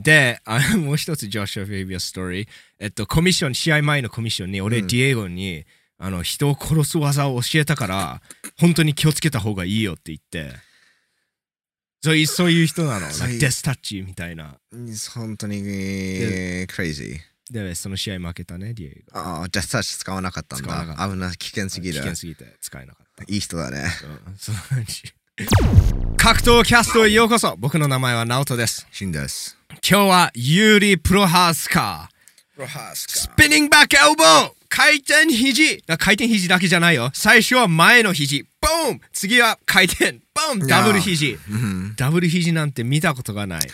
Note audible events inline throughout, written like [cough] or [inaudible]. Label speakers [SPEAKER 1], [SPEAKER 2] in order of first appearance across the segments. [SPEAKER 1] で、あの [laughs] もう一つ、ジョシュ・フェイビアストーリー。えっと、コミッション、試合前のコミッションに、俺、
[SPEAKER 2] うん
[SPEAKER 1] ディエゴに、あの、人を殺す技を教えたから、本当に気をつけた方がいいよって言って、そういうそういう人なの。
[SPEAKER 2] そういう
[SPEAKER 1] like デスタッチみたいな。
[SPEAKER 2] 本当に、えー、クレイジー。
[SPEAKER 1] で、その試合負けたね、ディエゴ。
[SPEAKER 2] ああ、ジャスタッチ使わなかったん
[SPEAKER 1] 使わなか
[SPEAKER 2] だ。危ない、危険すぎ
[SPEAKER 1] 危
[SPEAKER 2] る。
[SPEAKER 1] 険すぎて使えなかった。
[SPEAKER 2] いい人だね。
[SPEAKER 1] うんその感じ。格闘キャストへようこそ僕の名前はナオトです。
[SPEAKER 2] 死んです。
[SPEAKER 1] 今日はユーリ・プロハースカー。
[SPEAKER 2] ロハース
[SPEAKER 1] スピニングバックエルボー回転肘あ回転肘だけじゃないよ。最初は前の肘。ボーン次は回転。ボーンダブル肘。
[SPEAKER 2] うん。
[SPEAKER 1] ダブル肘なんて見たことがない。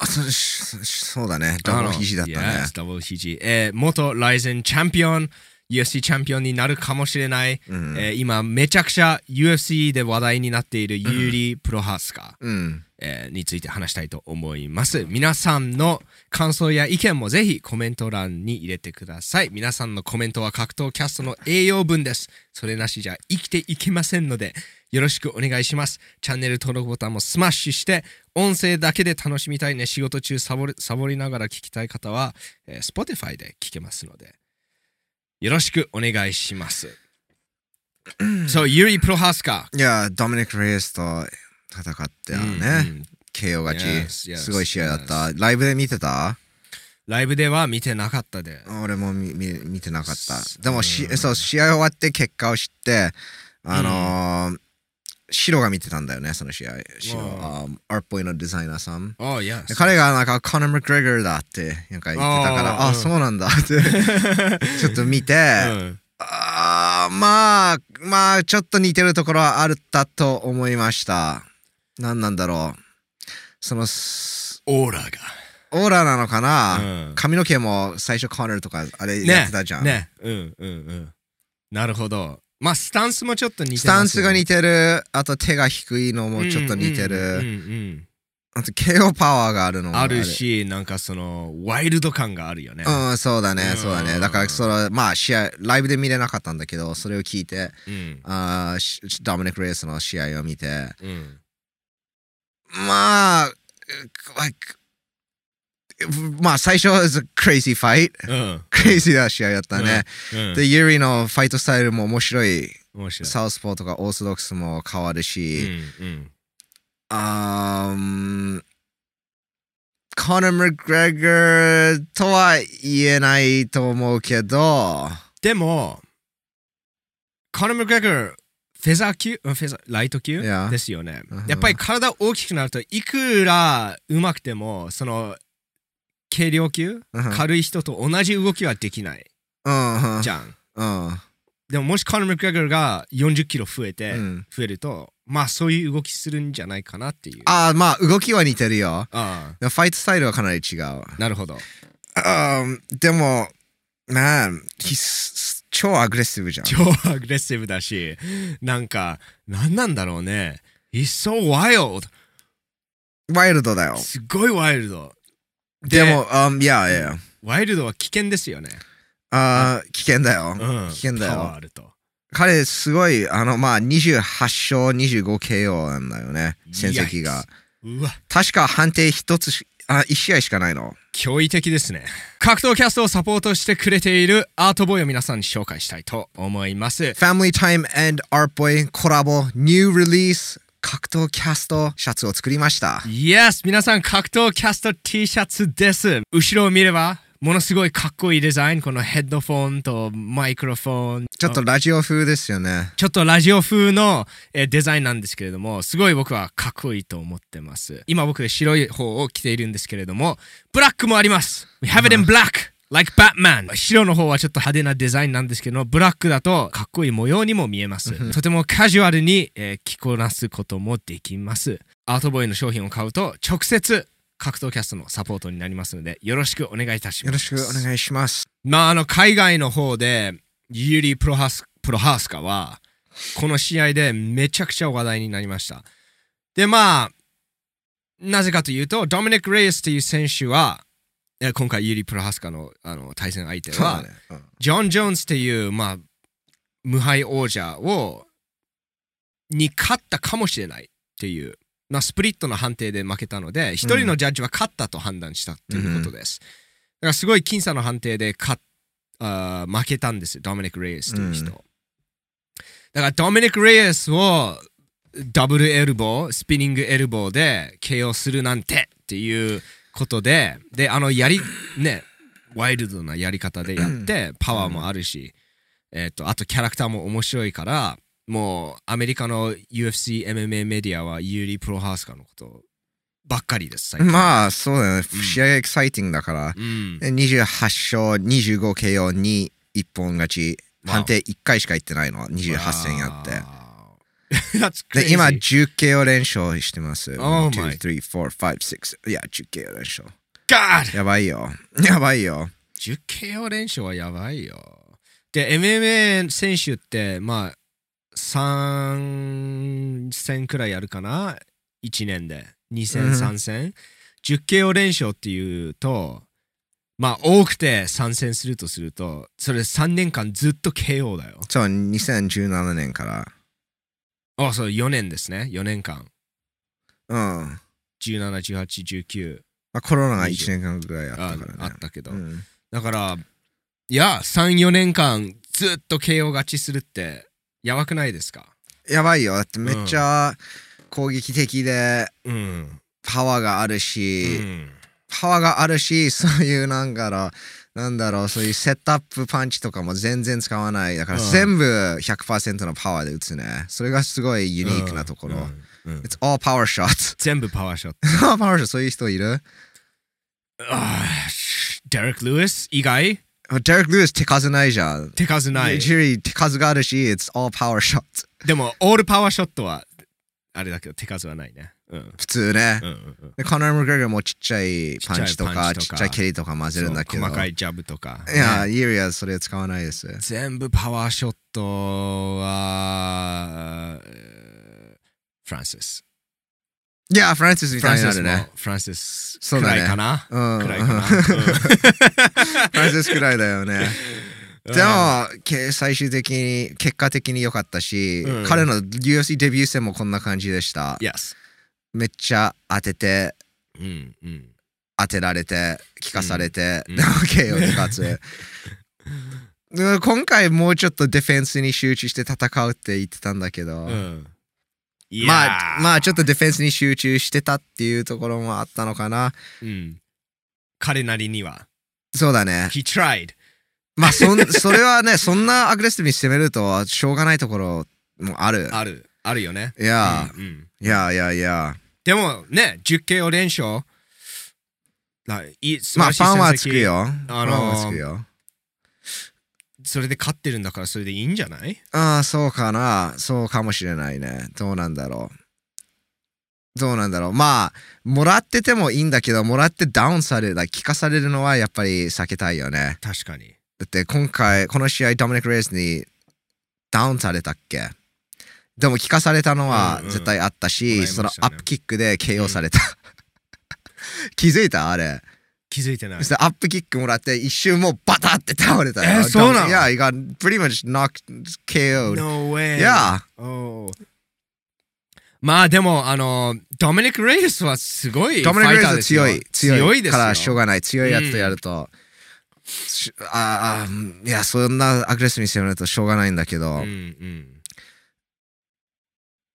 [SPEAKER 2] あ、そそそうだね。ダブル肘だったね
[SPEAKER 1] Yes。ダブル肘。えー元ライゼンチャンピオン、UFC チャンピオンになるかもしれない。
[SPEAKER 2] うん
[SPEAKER 1] えー今、めちゃくちゃ UFC で話題になっているユーリ・プロハースカー。
[SPEAKER 2] うん。
[SPEAKER 1] えーについて話したいと思います。皆さんの感想や意見もぜひコメント欄に入れてください。皆さんのコメントは格闘キャストの栄養分です。それなしじゃ生きていけませんので、よろしくお願いします。チャンネル登録ボタンもスマッシュして、音声だけで楽しみたいね。仕事中サボるサボりながら聞きたい方は、えー Spotify で聞けますので、よろしくお願いします。そう、ユリ・プロハスカ
[SPEAKER 2] いや、ドミニク・レイエスと戦って
[SPEAKER 1] ー。
[SPEAKER 2] あの
[SPEAKER 1] うんう
[SPEAKER 2] ね。
[SPEAKER 1] ん
[SPEAKER 2] KO 勝
[SPEAKER 1] Yes, yes,
[SPEAKER 2] ち。すごい試合だった。ライブで見てた
[SPEAKER 1] ライブでは見てなかったで。
[SPEAKER 2] 俺も見見見てなかった
[SPEAKER 1] す。
[SPEAKER 2] でもし、
[SPEAKER 1] うん
[SPEAKER 2] そう、試合終わって結果を知って、あのー、白が見てたんだよね、その試合。白、あーアーポイのデザイナーさん。
[SPEAKER 1] ああ、いや。
[SPEAKER 2] で彼がなんか、コナー・マクレガーだって、なんか言ってたから、
[SPEAKER 1] あー
[SPEAKER 2] あ
[SPEAKER 1] うん
[SPEAKER 2] そうなんだって、
[SPEAKER 1] [laughs]
[SPEAKER 2] ちょっと見て、
[SPEAKER 1] うん
[SPEAKER 2] あーまあ、まあ、ちょっと似てるところはあるだと思いました。何なんだろう。その、す
[SPEAKER 1] オーラ
[SPEAKER 2] オーラなのかな、
[SPEAKER 1] うん
[SPEAKER 2] 髪の毛も最初コナーとか、あれ
[SPEAKER 1] が。
[SPEAKER 2] やってたじゃん。
[SPEAKER 1] ね。うんうんうん。なるほど。まあ、スタンスもちょっと似てます
[SPEAKER 2] スタンスが似
[SPEAKER 1] て
[SPEAKER 2] てる。あと手が低いのもちょっと似て
[SPEAKER 1] うんうん
[SPEAKER 2] る。
[SPEAKER 1] うん
[SPEAKER 2] あと KO パワーがあるの
[SPEAKER 1] うん
[SPEAKER 2] も
[SPEAKER 1] ある。し、なんかその、ワイルド感があるよね。
[SPEAKER 2] うん、そうだね
[SPEAKER 1] う、ん
[SPEAKER 2] そうだね。だから、その、まあ、試合、ライブで見れなかったんだけど、それを聞いて、
[SPEAKER 1] うん。
[SPEAKER 2] あーしダムニック・レイスの試合を見て、
[SPEAKER 1] うん。
[SPEAKER 2] まあ、う like まあ、最初は crazy fight。 [laughs]
[SPEAKER 1] うん。
[SPEAKER 2] crazy な試合だったね。
[SPEAKER 1] うん
[SPEAKER 2] で、ユーリのファイトスタイルも面白い。
[SPEAKER 1] 面白い。
[SPEAKER 2] サウスポーとかオーソドックスも変わるし、
[SPEAKER 1] うんうん
[SPEAKER 2] あーうーんコナー・マクレガーとは言えないと思うけど、
[SPEAKER 1] でも、コナー・マクレガー、フェザー級うんフェザーライト級
[SPEAKER 2] いや
[SPEAKER 1] ですよね
[SPEAKER 2] うん。
[SPEAKER 1] やっぱり体大きくなると、いくら上手くても、その、軽量級
[SPEAKER 2] うん
[SPEAKER 1] 軽い人と同じ動きはできない
[SPEAKER 2] [laughs] うんうん
[SPEAKER 1] じゃん。
[SPEAKER 2] うん
[SPEAKER 1] でももしカナー・マクレガーが40キロ増えて、
[SPEAKER 2] うん
[SPEAKER 1] 増えると、まあそういう動きするんじゃないかなっていう。
[SPEAKER 2] ああ、まあ動きは似てるよ。
[SPEAKER 1] あ
[SPEAKER 2] ファイトスタイルはかなり違う。
[SPEAKER 1] あ、なるほど。
[SPEAKER 2] あーでも、man, he's 超アグレッシブじゃん。
[SPEAKER 1] 超アグレッシブだし、なんか、なんなんだろうね。He's so wild!
[SPEAKER 2] ワイルドだよ。
[SPEAKER 1] すごいワイルド。
[SPEAKER 2] でも、うんいやいや、
[SPEAKER 1] ワイルドは危険ですよね。
[SPEAKER 2] あー危険だよ。
[SPEAKER 1] うん。
[SPEAKER 2] 危険だ
[SPEAKER 1] パワー
[SPEAKER 2] よ。
[SPEAKER 1] あると。
[SPEAKER 2] 彼、すごい、あの、まあ、28勝 25KO なんだよね、成績が。
[SPEAKER 1] うわ、
[SPEAKER 2] 確か判定一つし、あ、一試合しかないの。
[SPEAKER 1] 驚異的ですね。格闘キャストをサポートしてくれているアートボーイを皆さんに紹介したいと思います。
[SPEAKER 2] Family Time and Art Boy コラボ、ニューリリース、格闘キャストシャツを作りました。
[SPEAKER 1] Yes! 皆さん、格闘キャスト T シャツです。後ろを見れば、ものすごいかっこいいデザイン。このヘッドフォンとマイクロフォン。
[SPEAKER 2] ちょっとラジオ風ですよね。
[SPEAKER 1] ちょっとラジオ風の、えーデザインなんですけれども、すごい僕はかっこいいと思ってます。今僕白い方を着ているんですけれども、ブラックもあります。We have it in black! Like Batman! 白の方はちょっと派手なデザインなんですけども、ブラックだとかっこいい模様にも見えます。とてもカジュアルに、えー着こなすこともできます。アートボーイの商品を買うと、直接格闘キャストのサポートになりますので、よろしくお願いいたします。
[SPEAKER 2] よろしくお願いします。
[SPEAKER 1] まあ、あの海外の方でユーリー・プロハスプロハースカはこの試合でめちゃくちゃ話題になりましたでまあなぜかというとドミニック・レイスという選手はえ今回ユーリー・プロハスカのあの対戦相手
[SPEAKER 2] そうだ
[SPEAKER 1] は、
[SPEAKER 2] ね。うん
[SPEAKER 1] ジョン・ジョーンズという、まあ、無敗王者をに勝ったかもしれないっていうまあ、スプリットの判定で負けたので一人のジャッジは勝ったと判断したということです、だからすごい僅差の判定で勝っあー負けたんですよドミニク・レイエスという人、
[SPEAKER 2] うん
[SPEAKER 1] だからドミニク・レイエスをダブルエルボースピニングエルボーで KO するなんてっていうことでであのやりねワイルドなやり方でやってパワーもあるし、えっとあとキャラクターも面白いからもうアメリカの UFCMMA メディアはユーリー・プロハースカのことばっかりです最近
[SPEAKER 2] まあそうだよね
[SPEAKER 1] うん
[SPEAKER 2] 試合がエキサイティングだから、
[SPEAKER 1] うん
[SPEAKER 2] 28勝 25KO に1本勝ち
[SPEAKER 1] わお
[SPEAKER 2] 判定1回しかいってないの28戦やって
[SPEAKER 1] わー [laughs] That's
[SPEAKER 2] で今
[SPEAKER 1] crazy
[SPEAKER 2] 10KO 連勝してます
[SPEAKER 1] Oh my
[SPEAKER 2] 1,2,3,4,5,6いや 10KO 連勝
[SPEAKER 1] God
[SPEAKER 2] やばいよやばいよ
[SPEAKER 1] 10KO 連勝はやばいよ。で、MMA 選手って、まあ、3戦くらいやるかな ?1 年で。2戦、
[SPEAKER 2] うん
[SPEAKER 1] 3戦。10KO 連勝っていうと、まあ、多くて3戦するとすると、それ3年間ずっと KO だよ。
[SPEAKER 2] そう2017年から
[SPEAKER 1] あ、そう、4年ですね。4年間。
[SPEAKER 2] うん、ま
[SPEAKER 1] 17、18、19
[SPEAKER 2] あ、コロナが1年間ぐらいあった
[SPEAKER 1] あ
[SPEAKER 2] からね
[SPEAKER 1] あったけど。
[SPEAKER 2] うん
[SPEAKER 1] だから、いや、3、4年間ずっと KO 勝ちするって、やばくないですか
[SPEAKER 2] やばいよだってめっちゃ攻撃的で
[SPEAKER 1] うん。
[SPEAKER 2] パワーがある
[SPEAKER 1] う
[SPEAKER 2] し、
[SPEAKER 1] ん
[SPEAKER 2] パワーがあるしそういうなんだろうなんだろうそういうセットアップパンチとかも全然使わないだから
[SPEAKER 1] うん
[SPEAKER 2] 全部100%のパワーで打つねそれがすごいユニークなところ、
[SPEAKER 1] うんうん
[SPEAKER 2] It's all power shots [laughs]
[SPEAKER 1] 全部パワーショット。
[SPEAKER 2] all power shots そういう人いる
[SPEAKER 1] あーデレック・ルイス以外
[SPEAKER 2] デレック・ルース手数ないじゃん
[SPEAKER 1] 手数ない。
[SPEAKER 2] ジュリー手数があるし It's all power shots
[SPEAKER 1] でも、オールパワーショットは、あれだけど手数はないね。うん。
[SPEAKER 2] 普通ね、
[SPEAKER 1] うんうんうん
[SPEAKER 2] でコナー・マクレガーもちっちゃいパンチと
[SPEAKER 1] ち
[SPEAKER 2] か
[SPEAKER 1] っちゃいパンチと
[SPEAKER 2] ち
[SPEAKER 1] か
[SPEAKER 2] っちゃい蹴りとか混ぜるんだけど
[SPEAKER 1] そう細かいジャブとか。
[SPEAKER 2] いや、
[SPEAKER 1] ね
[SPEAKER 2] イエリアそれ使わないです
[SPEAKER 1] 全部パワーショットは、えーフランシス。
[SPEAKER 2] いやフランシスみ
[SPEAKER 1] フラ
[SPEAKER 2] た
[SPEAKER 1] ン
[SPEAKER 2] いに
[SPEAKER 1] シ
[SPEAKER 2] な
[SPEAKER 1] ス
[SPEAKER 2] る
[SPEAKER 1] も
[SPEAKER 2] ね、
[SPEAKER 1] フランシス
[SPEAKER 2] そう
[SPEAKER 1] く
[SPEAKER 2] だね
[SPEAKER 1] らいかな。
[SPEAKER 2] うん、
[SPEAKER 1] くらいか
[SPEAKER 2] うん
[SPEAKER 1] な。
[SPEAKER 2] [laughs] フランシスくらいだよね。
[SPEAKER 1] [laughs] うん
[SPEAKER 2] でも、け最終的に、結果的に良かったし、
[SPEAKER 1] うん
[SPEAKER 2] 彼の UFC デビュー戦もこんな感じでした。
[SPEAKER 1] Yes。
[SPEAKER 2] めっちゃ当てて、
[SPEAKER 1] うんうん。
[SPEAKER 2] 当てられて、聞かされて、
[SPEAKER 1] うん
[SPEAKER 2] で KO で勝つ。で今回もうちょっとディフェンスに集中して戦うって言ってたんだけど、
[SPEAKER 1] うん。
[SPEAKER 2] まあまあちょっ
[SPEAKER 1] と、
[SPEAKER 2] とディフェンスに集中してたっていうところもあったのかな
[SPEAKER 1] うん、彼なりには。
[SPEAKER 2] そうだね
[SPEAKER 1] He tried.
[SPEAKER 2] ま
[SPEAKER 1] [laughs]
[SPEAKER 2] あそんそれはねそんなアグレッシブに攻めるとしょうがないところもある
[SPEAKER 1] ある、あるよね。
[SPEAKER 2] いや、
[SPEAKER 1] うんうん
[SPEAKER 2] いやいやいや
[SPEAKER 1] でもね、10KO 連勝。ないい素晴
[SPEAKER 2] まあ
[SPEAKER 1] らしい
[SPEAKER 2] ファンは
[SPEAKER 1] 成績
[SPEAKER 2] つくよ
[SPEAKER 1] あのー
[SPEAKER 2] ファンはつくよ
[SPEAKER 1] それで勝ってるんだからそれでいいんじゃない
[SPEAKER 2] ああそうかなそうかもしれないねどうなんだろうどうなんだろうまあもらっててもいいんだけどもらってダウンされる聞かされるのはやっぱり避けたいよね
[SPEAKER 1] 確かに。
[SPEAKER 2] だって今回この試合ダミニク・レイスにダウンされたっけでも聞かされたのは
[SPEAKER 1] うんうん
[SPEAKER 2] 絶対あったし、
[SPEAKER 1] もらいまし
[SPEAKER 2] そ
[SPEAKER 1] た
[SPEAKER 2] の
[SPEAKER 1] ね
[SPEAKER 2] アップキックで KO された、 [laughs] 気づいたあれ、
[SPEAKER 1] 気づいてない
[SPEAKER 2] そし。てアップキックもらって一瞬もうバタって倒れたよ
[SPEAKER 1] えそうなの
[SPEAKER 2] いや、yeah, he got pretty much knocked KO'd
[SPEAKER 1] No way.
[SPEAKER 2] いや、
[SPEAKER 1] Oh. まあでも、あの、ドミニク・レイスはすごいフ
[SPEAKER 2] ダミニク・
[SPEAKER 1] ァイ
[SPEAKER 2] レイ
[SPEAKER 1] ター
[SPEAKER 2] ス
[SPEAKER 1] ですよ。
[SPEAKER 2] 強い強い
[SPEAKER 1] 強いです
[SPEAKER 2] か
[SPEAKER 1] よ。
[SPEAKER 2] らしょうがない強いやつとやると、しああうんいやそんなアグレッシブに攻めるとしょうがないんだけど、
[SPEAKER 1] うんうん。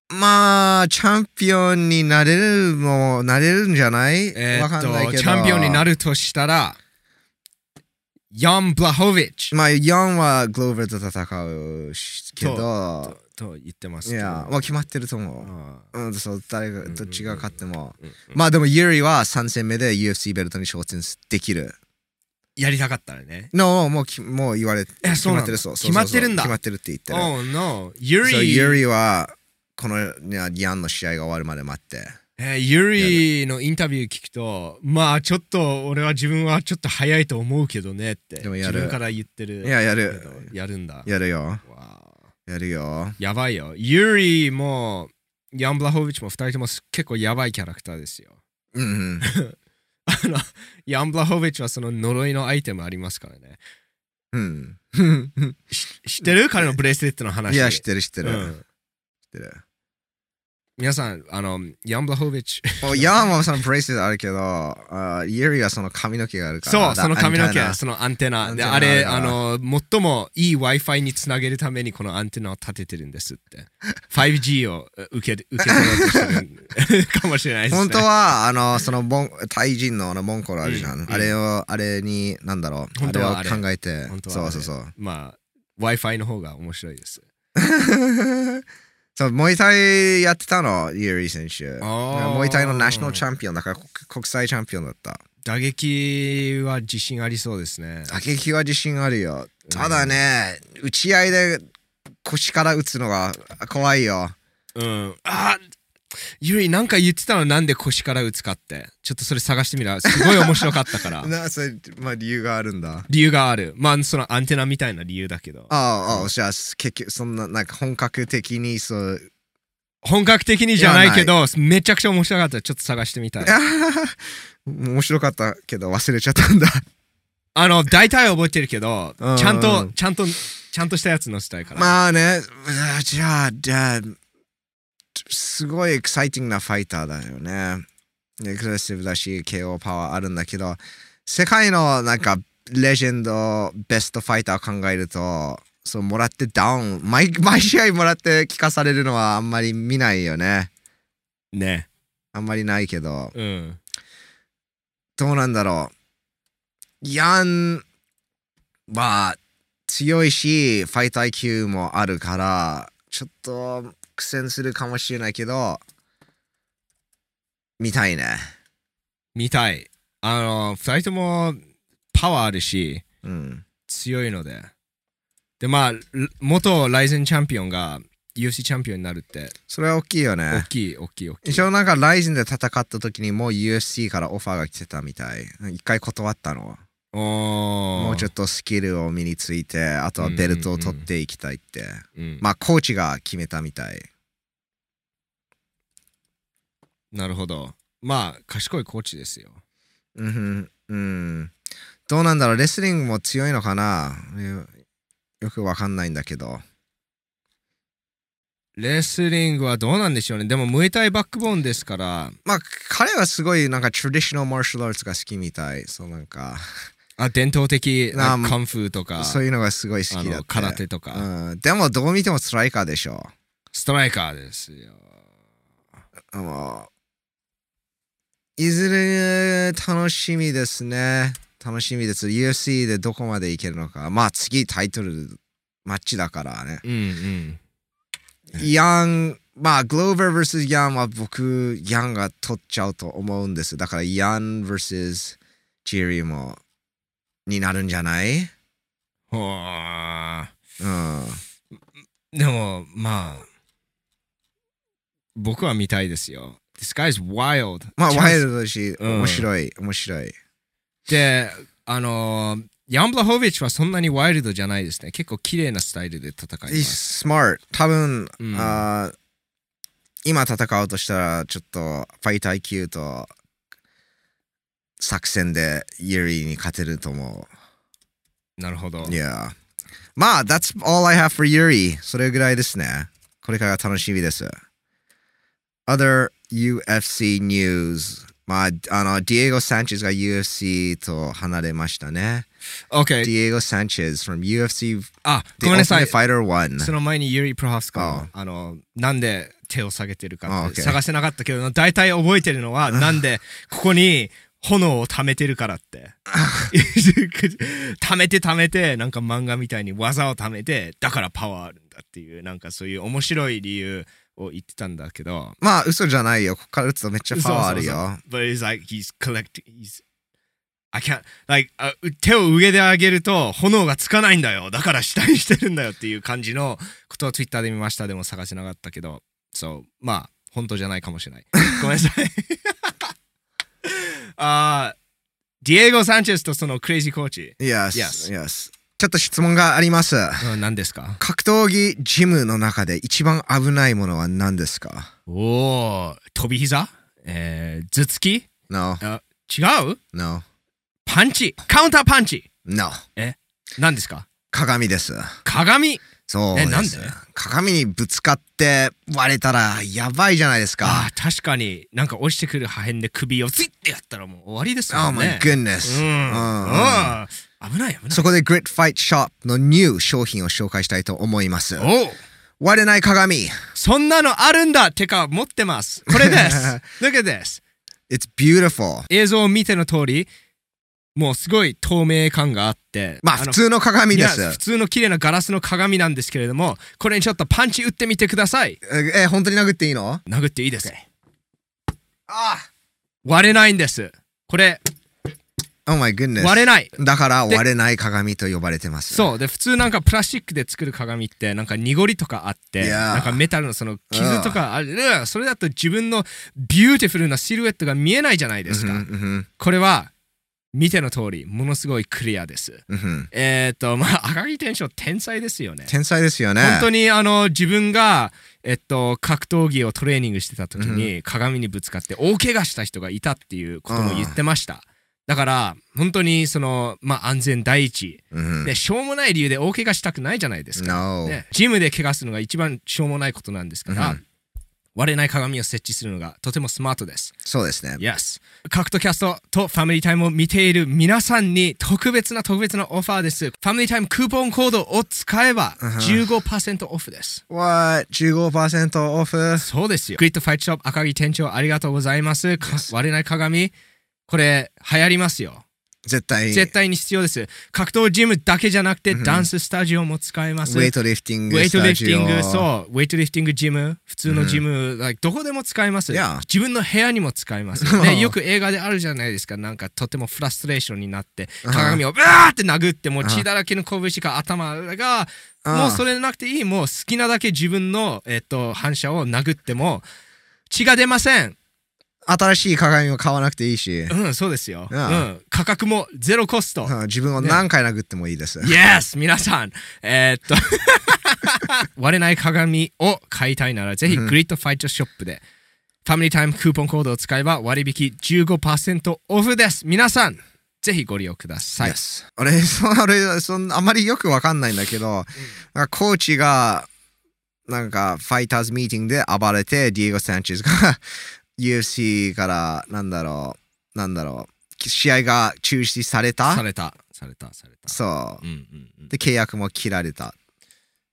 [SPEAKER 2] まあ、チャンピオンになれるの、なれるんじゃない
[SPEAKER 1] えー
[SPEAKER 2] わか
[SPEAKER 1] っ
[SPEAKER 2] んないけ
[SPEAKER 1] と、
[SPEAKER 2] ど。
[SPEAKER 1] チャンピオンにな
[SPEAKER 2] る。
[SPEAKER 1] るとしたら、ヤン・ブラホビッチ
[SPEAKER 2] まあ、ヤンはグローバルと戦うしけ
[SPEAKER 1] と
[SPEAKER 2] ど、
[SPEAKER 1] と言ってます
[SPEAKER 2] い
[SPEAKER 1] けど。
[SPEAKER 2] や、まあ決まってると思
[SPEAKER 1] ああ
[SPEAKER 2] う。うん、そう、誰が、
[SPEAKER 1] んうん
[SPEAKER 2] どっちが勝っても。
[SPEAKER 1] うんうん
[SPEAKER 2] まあでも、ユリは3戦目で UFC ベルトに挑戦できる。
[SPEAKER 1] やりたかったらね。
[SPEAKER 2] の、もうき、もう言われて、
[SPEAKER 1] え
[SPEAKER 2] 決
[SPEAKER 1] そうな
[SPEAKER 2] ま
[SPEAKER 1] ん
[SPEAKER 2] っ
[SPEAKER 1] だ
[SPEAKER 2] てる、そうそうそう
[SPEAKER 1] 決まってるんだ
[SPEAKER 2] 決まってるって言ってる。
[SPEAKER 1] Oh no. ユ
[SPEAKER 2] そう、ユ
[SPEAKER 1] リ、
[SPEAKER 2] リは、この、ヤンの試合が終わるまで待って。
[SPEAKER 1] えーユリのインタビュー聞くと、まあちょっと俺は自分はちょっと早いと思うけどねって、
[SPEAKER 2] でもや
[SPEAKER 1] 自
[SPEAKER 2] る
[SPEAKER 1] 分から言ってる。
[SPEAKER 2] いや、や
[SPEAKER 1] けど
[SPEAKER 2] る。
[SPEAKER 1] やるんだ。
[SPEAKER 2] やるよ。
[SPEAKER 1] わあ
[SPEAKER 2] やるよ。
[SPEAKER 1] やばいよ。ユリも、ヤン・ブラホビッチも2人ともす結構やばいキャラクターですよ。
[SPEAKER 2] うんうん。
[SPEAKER 1] あの、ヤン・ブラホビッチはその呪いのアイテムありますからね。
[SPEAKER 2] うん。
[SPEAKER 1] 知ってる彼のブレスレットの話。
[SPEAKER 2] いや、知ってる、知ってる。
[SPEAKER 1] うん
[SPEAKER 2] 知ってる。
[SPEAKER 1] 皆さん、あの、ヤンブラホービッチ。
[SPEAKER 2] もうヤーマンさんのブレイスレットあるけど、あーユリはその髪の毛があるから。
[SPEAKER 1] そう、
[SPEAKER 2] だ
[SPEAKER 1] その髪の
[SPEAKER 2] みたい
[SPEAKER 1] 毛、
[SPEAKER 2] な
[SPEAKER 1] そのアンテナ。で、
[SPEAKER 2] ア
[SPEAKER 1] あ
[SPEAKER 2] ンテ
[SPEAKER 1] れ、
[SPEAKER 2] ナ
[SPEAKER 1] あの、最もいい Wi-Fi につなげるためにこのアンテナを立ててるんですって。5G をえ受け、受け取ろうとしてるかもしれないですね。
[SPEAKER 2] 本当は、あの、そのモン、タイ人のあのモンコルあるじゃん。
[SPEAKER 1] うん
[SPEAKER 2] あれを、あれに、なんだろう。
[SPEAKER 1] 本当は
[SPEAKER 2] あれを考えて
[SPEAKER 1] 本。当はあ
[SPEAKER 2] そ
[SPEAKER 1] れ
[SPEAKER 2] うそうそう。
[SPEAKER 1] まあ、Wi-Fi の方が面白いです。
[SPEAKER 2] そう、 [laughs] モイタイやってたの、ユリ選手。
[SPEAKER 1] あー
[SPEAKER 2] モイタイのナショナルチャンピオンだから、国国際チャンピオンだった。
[SPEAKER 1] 打撃は自信ありそうですね。
[SPEAKER 2] 打撃は自信あるよ。ただね、打ち合いで腰から打つのが怖いよ。
[SPEAKER 1] うん。あゆり、なんか言ってたのなんで腰から打つかって。ちょっとそれ探してみら。すごい面白かったか
[SPEAKER 2] [laughs]
[SPEAKER 1] ら。
[SPEAKER 2] な、それ、まあ理由があるんだ。
[SPEAKER 1] 理由がある。まあ、そのアンテナみたいな理由だけど。
[SPEAKER 2] ああ、ああ、じゃあ、結局、そんな、なんか本格的に、そう。
[SPEAKER 1] 本格的にじゃないけど、めちゃくちゃ面白かった。ちょっと探してみたい。
[SPEAKER 2] [laughs] 面白かったけど忘れちゃったんだ。
[SPEAKER 1] あの、大体は覚えてるけど、ち
[SPEAKER 2] うん
[SPEAKER 1] ゃんと、ちゃんと、ちゃんとしたやつ載せたいから。
[SPEAKER 2] [laughs] まあね、うんじゃあ、じゃあ、すごいエキサイティングなファイターだよね。エクレッシブだし、KO パワーあるんだけど、世界のなんか、レジェンド、ベストファイターを考えると、そう、もらってダウン、毎 [laughs] 毎試合もらって聞かされるのはあんまり見ないよね。
[SPEAKER 1] ね。
[SPEAKER 2] あんまりないけど、
[SPEAKER 1] うん。
[SPEAKER 2] どうなんだろう。ヤンは強いし、ファイター級もあるから、ちょっと苦戦するかもしれないけど、見たいね。
[SPEAKER 1] 見たい。あの、二人とも、パワーあるし、
[SPEAKER 2] うん。
[SPEAKER 1] 強いので。で、まあ、ル元ライゼンチャンピオンが UFC チャンピオンになるって、
[SPEAKER 2] それは大きいよ
[SPEAKER 1] 大
[SPEAKER 2] ね。
[SPEAKER 1] きい、大きい、大きい。
[SPEAKER 2] 一応なんかライジンで戦った時にもう UFC からオファーが来てたみたい。一回断ったの。
[SPEAKER 1] お
[SPEAKER 2] もうちょっ
[SPEAKER 1] と。
[SPEAKER 2] とスキルを身について、あとはベルトを取っていきたいって。
[SPEAKER 1] うん
[SPEAKER 2] まあコーチが決めたみたい。
[SPEAKER 1] なるほど。まあ、賢いコーチですよ。
[SPEAKER 2] うんふん、うん。どうなんだろう、レスリングも強いのかなよよくわかんないんだけど。
[SPEAKER 1] レスリングはどうなんでしょうね。でも、ムエタイバックボーンですから、
[SPEAKER 2] まあ、彼はすごい、なんか、トラディショナルマーシャルアーツが好きみたい。そう、なんか、
[SPEAKER 1] あ、伝統的
[SPEAKER 2] な
[SPEAKER 1] な
[SPEAKER 2] あ
[SPEAKER 1] カンフーとか、
[SPEAKER 2] そういうのがすごい好
[SPEAKER 1] あ
[SPEAKER 2] きだっ
[SPEAKER 1] の
[SPEAKER 2] て。
[SPEAKER 1] 空手とか、
[SPEAKER 2] うん。でも、どう見てもストライカーでしょ。
[SPEAKER 1] ストライカーですよ。
[SPEAKER 2] あのいずれ楽しみですね。楽しみです。UFC でどこまでいけるのか。まあ、次タイトルマッチだからね。
[SPEAKER 1] うんうん。
[SPEAKER 2] ヤン、まあ、グローバー vs ヤンは僕、ヤンが取っちゃうと思うんです。だから、ヤン vs ジェリーも、になるんじゃないうん。
[SPEAKER 1] ほー
[SPEAKER 2] あ
[SPEAKER 1] でも、まあ、僕は見たいですよ。This guy's wild.
[SPEAKER 2] まあ、
[SPEAKER 1] チャンス
[SPEAKER 2] ワイルドだし、
[SPEAKER 1] うん
[SPEAKER 2] 面白い、面白い。
[SPEAKER 1] で、あのーヤンブラホービッチはそんなにワイルドじゃないですね。結構綺麗なスタイルで戦いま
[SPEAKER 2] He's
[SPEAKER 1] す。
[SPEAKER 2] smart. 多分、
[SPEAKER 1] うん
[SPEAKER 2] あー今戦うとしたら、ちょっと、ファイター級と、作戦でユリーに勝てると思う。
[SPEAKER 1] なるほど。
[SPEAKER 2] Yeah. まあ、that's all I have for Yuri. それぐらいですね。これから楽しみです。Other UFC news. まあ、あの、ディエゴ・サンチェスが UFC と離れましたね。デ
[SPEAKER 1] OK。
[SPEAKER 2] ィエゴ・サンチェス from UFC
[SPEAKER 1] あ、
[SPEAKER 2] The
[SPEAKER 1] ごめんなさ
[SPEAKER 2] Ultimate
[SPEAKER 1] い。
[SPEAKER 2] Fighter 1.
[SPEAKER 1] その前にユリ・プロハス
[SPEAKER 2] あ
[SPEAKER 1] かあの、なんで手を下げてる
[SPEAKER 2] あ
[SPEAKER 1] かって
[SPEAKER 2] OK
[SPEAKER 1] 探してなかったけど、大体覚えてるのは、なんでここに炎を溜めてるからって。 [laughs] 溜めて溜めて、なんか漫画みたいに技を溜めて、だからパワーあるんだっていう、なんかそういう面白い理由を言ってたんだけど、
[SPEAKER 2] まあ、嘘じゃないよ。ここから打つとめっちゃパワーある
[SPEAKER 1] そ
[SPEAKER 2] よ。
[SPEAKER 1] うそうそう But it's like he's collecting, he's I can't, like, あ手を上で上げると炎がつかないんだよ。だから下にしてるんだよっていう感じのことを Twitter で見ました。でも探せなかったけど、そう、まあ、本当じゃないかもしれない。ごめんなさい。 [laughs] あーディエゴ・サンチェスとそのクレイジーコーチ、
[SPEAKER 2] yes,
[SPEAKER 1] Yes.
[SPEAKER 2] yes. ちょっと質問があります。
[SPEAKER 1] うん、何ですか
[SPEAKER 2] 格闘技ジムの中で一番危ないものは何ですか
[SPEAKER 1] おお、飛び膝えー、頭突き
[SPEAKER 2] ?No,
[SPEAKER 1] あ違う
[SPEAKER 2] no,
[SPEAKER 1] パンチカウンターパンチ
[SPEAKER 2] no.
[SPEAKER 1] 何ですか
[SPEAKER 2] 鏡です。
[SPEAKER 1] 鏡
[SPEAKER 2] そう
[SPEAKER 1] えなんです
[SPEAKER 2] 鏡にぶつかって割れたらやばいじゃないですか
[SPEAKER 1] あー確かになんか落ちてくる破片で首をついってやったらもう終わりですも
[SPEAKER 2] ああ
[SPEAKER 1] ん
[SPEAKER 2] もう
[SPEAKER 1] ね。
[SPEAKER 2] グッネス
[SPEAKER 1] うん
[SPEAKER 2] うん
[SPEAKER 1] あー危ない危ない。
[SPEAKER 2] そこで Grit Fight Shop のニュー商品を紹介したいと思います
[SPEAKER 1] おう
[SPEAKER 2] 割れない鏡
[SPEAKER 1] そんなのあるんだてか持ってます。これ
[SPEAKER 2] [laughs]
[SPEAKER 1] です。Look at this.
[SPEAKER 2] It's beautiful
[SPEAKER 1] 映像を見ての通りもうすごい透明感があって
[SPEAKER 2] まあ
[SPEAKER 1] の
[SPEAKER 2] 普通の鏡で
[SPEAKER 1] いや
[SPEAKER 2] す
[SPEAKER 1] 普通の綺麗なガラスの鏡なんですけれどもこれにちょっとパンチ打ってみてください
[SPEAKER 2] え本当に殴っていいの
[SPEAKER 1] 殴っていいですね
[SPEAKER 2] あ
[SPEAKER 1] 割れないんですこれ
[SPEAKER 2] Oh my goodness
[SPEAKER 1] 割れない
[SPEAKER 2] だから
[SPEAKER 1] で
[SPEAKER 2] 割れない鏡と呼ばれてます
[SPEAKER 1] そうで普通なんかプラスチックで作る鏡ってなんか濁りとかあって
[SPEAKER 2] いやー
[SPEAKER 1] なんかメタルのその傷とかあるそれだと自分のビューティフルなシルエットが見えないじゃないですか、
[SPEAKER 2] うんうん
[SPEAKER 1] これは見ての通りものすごいクリアです
[SPEAKER 2] うんうん
[SPEAKER 1] えっ、ー、とまあ赤木天翔天才ですよね
[SPEAKER 2] 天才ですよね
[SPEAKER 1] 本当にあの自分が、えっと、格闘技をトレーニングしてた時に鏡にぶつかって大怪我した人がいたっていうことも言ってました、だから本当にその、まあ、安全第一、
[SPEAKER 2] うん
[SPEAKER 1] でしょうもない理由で大怪我したくないじゃないですか、
[SPEAKER 2] No
[SPEAKER 1] ね、ジムで怪我するのが一番しょうもないことなんですから、
[SPEAKER 2] うん
[SPEAKER 1] 割れない鏡を設置するのがとてもスマートです
[SPEAKER 2] そうですね
[SPEAKER 1] Yes 格闘キャストとファミリータイムを見ている皆さんに特別な特別なオファーですファミリータイムクーポンコードを使えば15%オフです、
[SPEAKER 2] What 15%オフ
[SPEAKER 1] そうですよグリッドファイトショップ赤木店長ありがとうございますか割れない鏡これ流行りますよ
[SPEAKER 2] 絶対
[SPEAKER 1] 絶対に必要です格闘ジムだけじゃなくてダンススタジオも使えます
[SPEAKER 2] ウェイトリフティング
[SPEAKER 1] ウェイトリフティング、
[SPEAKER 2] う
[SPEAKER 1] そう、ウェイトリフティングジム、普通のジム、like どこでも使えます。
[SPEAKER 2] Yeah
[SPEAKER 1] 自分の部屋にも使えます。で、よく映画であるじゃないですか、なんかとてもフラストレーションになって、鏡をブワーって殴って、もう血だらけの拳か頭が、
[SPEAKER 2] うん
[SPEAKER 1] もうそれなくていい、もう好きなだけ自分の、えっと、反射を殴っても、血が出ません。
[SPEAKER 2] 新しい鏡を買わなくていいし
[SPEAKER 1] うん、そうですよ。う
[SPEAKER 2] Yeah
[SPEAKER 1] ん、価格もゼロコス
[SPEAKER 2] [laughs]
[SPEAKER 1] ト。
[SPEAKER 2] うん自分を何回殴ってもいいです、
[SPEAKER 1] Yes! 皆さん、えーっと、 [laughs] 割れない鏡を買いたいなら、ぜひグリッドファイトショップで、ファミリータイムクーポンコードを使えば割引15%オフです。皆さん、ぜひご利用ください。
[SPEAKER 2] Yes 俺それそんあまりよくわかんないんだけど、なんかコーチがなんかファイターズミーティングで暴れてディエゴ・サンチェスが [laughs] UFC からなんだろうなんだろう試合が中止され
[SPEAKER 1] さ
[SPEAKER 2] た
[SPEAKER 1] れた、された、された。
[SPEAKER 2] そ
[SPEAKER 1] うんうんうん
[SPEAKER 2] う、で契約も切られた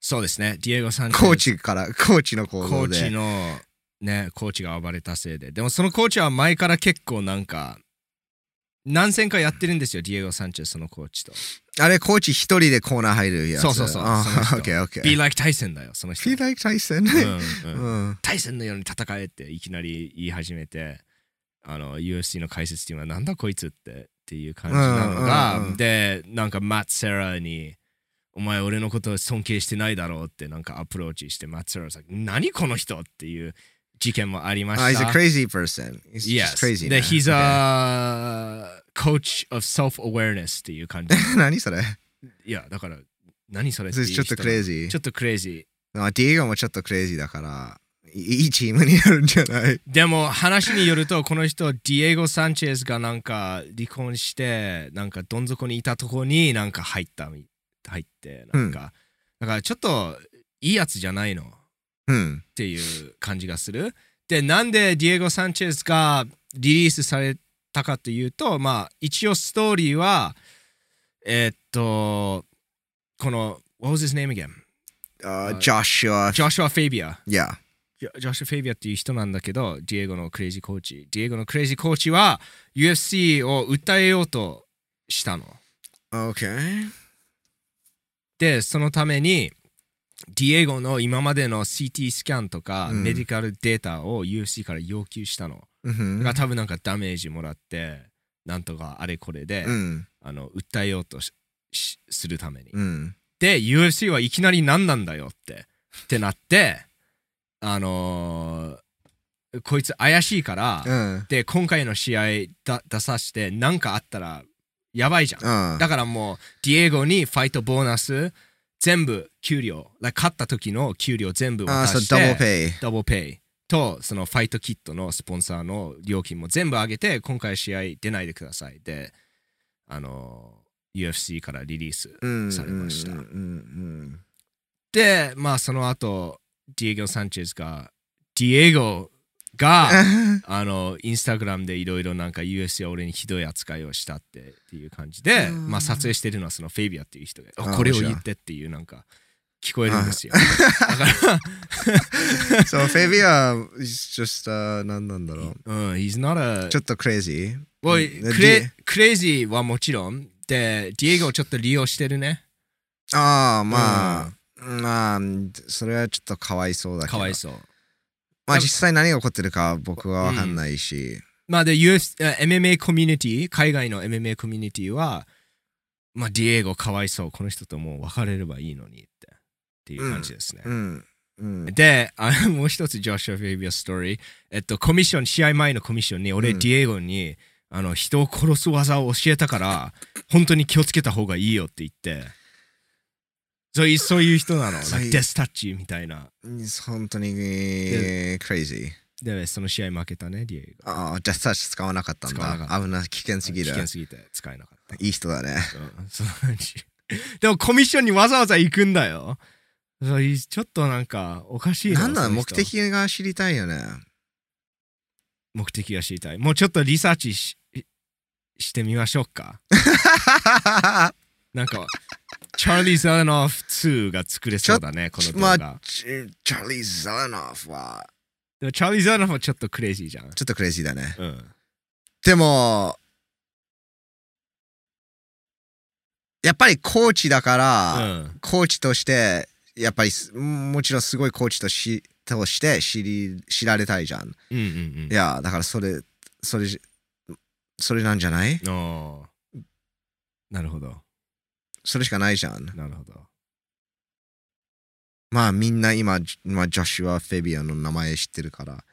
[SPEAKER 1] そうですね、ディエゴさん
[SPEAKER 2] コーチからコーチの行
[SPEAKER 1] コ
[SPEAKER 2] 動
[SPEAKER 1] ーチ
[SPEAKER 2] で
[SPEAKER 1] の、ね、コーチが暴れたせいで。でもそのコーチは前から結構なんか、何戦かやってるんですよ、ディエゴ・サンチェス、そのコーチと。
[SPEAKER 2] あれコーチ一人でコーナー入るやつ
[SPEAKER 1] そうそうそう
[SPEAKER 2] あ
[SPEAKER 1] その
[SPEAKER 2] [laughs]
[SPEAKER 1] 人
[SPEAKER 2] OKOK
[SPEAKER 1] Be like Tyson だよ、その人。
[SPEAKER 2] Be like Tyson [laughs] Uh,
[SPEAKER 1] うんうん
[SPEAKER 2] うん
[SPEAKER 1] 対戦のように戦えっていきなり言い始めてあの UFC の解説チームはなんだこいつってっていう感じなのが、
[SPEAKER 2] うんうんうん
[SPEAKER 1] でなんかマッツ・セラーに「お前俺のこと尊敬してないだろう」ってなんかアプローチしてマッツ・セラーさん「何この人」っていう事件もありま
[SPEAKER 2] Ah,
[SPEAKER 1] し
[SPEAKER 2] he's
[SPEAKER 1] た。
[SPEAKER 2] a crazy person. He's
[SPEAKER 1] Yes.
[SPEAKER 2] just crazy.
[SPEAKER 1] で、
[SPEAKER 2] man.
[SPEAKER 1] He's uh,
[SPEAKER 2] Okay.
[SPEAKER 1] a coach of self-awareness っていう
[SPEAKER 2] [laughs]
[SPEAKER 1] 感じ。
[SPEAKER 2] [laughs] 何それ
[SPEAKER 1] いや、だから、何それっていう
[SPEAKER 2] ちょ
[SPEAKER 1] 人
[SPEAKER 2] っとクレイジー
[SPEAKER 1] ちょ。っとクレイジー。
[SPEAKER 2] まあ、ディエゴもちょっとクレイジーだから、いいいチームになるんじゃない [laughs]
[SPEAKER 1] でも話によるとこの人ディエゴ・サンチェスがなんか離婚してなんかどん底にいたとこになんか入ったみ入ってなんか、だからちょっといいやつじゃないのっ
[SPEAKER 2] うん。
[SPEAKER 1] ていう感じがするでなんでディエゴ・サンチェスがリリースされたかというとまあ一応ストーリーはえーっとこの What was his name again?
[SPEAKER 2] あ
[SPEAKER 1] はい
[SPEAKER 2] ジョシュア。
[SPEAKER 1] ジョシュア・フェイビア
[SPEAKER 2] Yeah.
[SPEAKER 1] ジョジョシュ・フェイビアっていう人なんだけど、ディエゴのクレイジーコーチ。ディエゴのクレイジーコーチは UFC を訴えようとしたの。
[SPEAKER 2] Okay.
[SPEAKER 1] で、そのために、ディエゴの今までの CT スキャンとか、
[SPEAKER 2] うん
[SPEAKER 1] メディカルデータを UFC から要求したの。
[SPEAKER 2] うん
[SPEAKER 1] が多分なんかダメージもらって、なんとかあれこれで、
[SPEAKER 2] うん。
[SPEAKER 1] あの訴えようとししするために。
[SPEAKER 2] うん。
[SPEAKER 1] で UFC はいきなり何なんだよってってなってあのーこいつ怪しいから、
[SPEAKER 2] うん。
[SPEAKER 1] で今回の試合だ出さして何かあったらやばいじゃん、
[SPEAKER 2] うん。
[SPEAKER 1] だからもうディエゴにファイトボーナス全部給料 like 勝った時の給料全部
[SPEAKER 2] あ、
[SPEAKER 1] 渡
[SPEAKER 2] そう、
[SPEAKER 1] して
[SPEAKER 2] ダブルペイ。
[SPEAKER 1] ダブルペイとそのファイトキットのスポンサーの料金も全部上げて今回試合出ないでくださいであのー UFC からリリース
[SPEAKER 2] うん。
[SPEAKER 1] されました
[SPEAKER 2] うんうんうん
[SPEAKER 1] で、まあその後、ディエゴ・サンチェスが、ディエゴ
[SPEAKER 2] [laughs]
[SPEAKER 1] が、あのインスタグラムでいろいろなんか US や俺にひどい扱いをしたってっていう感じで、
[SPEAKER 2] うん
[SPEAKER 1] まあ、撮影してるのはそのフェイビアっていう人があ
[SPEAKER 2] あ
[SPEAKER 1] これを
[SPEAKER 2] 面白い
[SPEAKER 1] 言ってっていうなんか聞こえるんですよだか
[SPEAKER 2] so Fabia is just uh, 何なんだろう
[SPEAKER 1] ら、うん、he's not a
[SPEAKER 2] ちょっと crazy
[SPEAKER 1] well,
[SPEAKER 2] うん
[SPEAKER 1] クレクレイジーはもちろんでディエゴをちょっと利用してるね
[SPEAKER 2] ああまあ、まあそれはちょっとかわいそうだけど
[SPEAKER 1] かわいそう
[SPEAKER 2] まあ実際何が起こってるか僕は分かんないし、
[SPEAKER 1] まあで US え MMA コミュニティ海外の MMA コミュニティはまあディエゴかわいそうこの人ともう別れればいいのにってっていう感じですね、
[SPEAKER 2] うんうん
[SPEAKER 1] で、あ [laughs] もう一つ、ジョシュア・フェイビア・ストーリー。えっと、コミッション、試合前のコミッションに、俺、
[SPEAKER 2] うん
[SPEAKER 1] ディエゴに、あの、人を殺す技を教えたから、本当に気をつけた方がいいよって言って、そういう [laughs] そういう人なの。
[SPEAKER 2] そうい
[SPEAKER 1] like
[SPEAKER 2] う
[SPEAKER 1] デスタッチみたいな。
[SPEAKER 2] 本当にえー crazy
[SPEAKER 1] で、その試合負けたね、ディエゴ。
[SPEAKER 2] ああジャスタッチ使わなかったん
[SPEAKER 1] 使わ
[SPEAKER 2] だ
[SPEAKER 1] なかった
[SPEAKER 2] 危ない危険すぎ
[SPEAKER 1] 危
[SPEAKER 2] る
[SPEAKER 1] 険すぎて使えなかった。
[SPEAKER 2] いい人だね
[SPEAKER 1] うんその感じ。 [laughs] でも、コミッションにわざわざ行くんだよ。そういうちょっとなんか、おかしいな
[SPEAKER 2] なんだ
[SPEAKER 1] その
[SPEAKER 2] 目
[SPEAKER 1] 人
[SPEAKER 2] 的が知りたいよね
[SPEAKER 1] 目的が知りたい。もうちょっとリサーチししてみましょうか。なんか、チャーリー・ザーノフ2が作れそうだね、この動
[SPEAKER 2] [laughs] ま
[SPEAKER 1] 画。
[SPEAKER 2] あチチャーリー・ザラノフは
[SPEAKER 1] でもチャーリー・ザーノフはちょっとクレイジーじゃん。
[SPEAKER 2] ちょっとクレイジーだね
[SPEAKER 1] うん。
[SPEAKER 2] でもやっぱりコーチだから、
[SPEAKER 1] うん。
[SPEAKER 2] コーチとしてやっぱりすもちろんすごいコーチとしとして知り知られたいじゃん
[SPEAKER 1] うんうん
[SPEAKER 2] いやだからそれそれそれなんじゃない
[SPEAKER 1] うん。おーなるほど。
[SPEAKER 2] それしかないじゃん
[SPEAKER 1] なるほど。
[SPEAKER 2] まあみんな今、ジまあ、ジョシュア・フェビアの名前知ってるから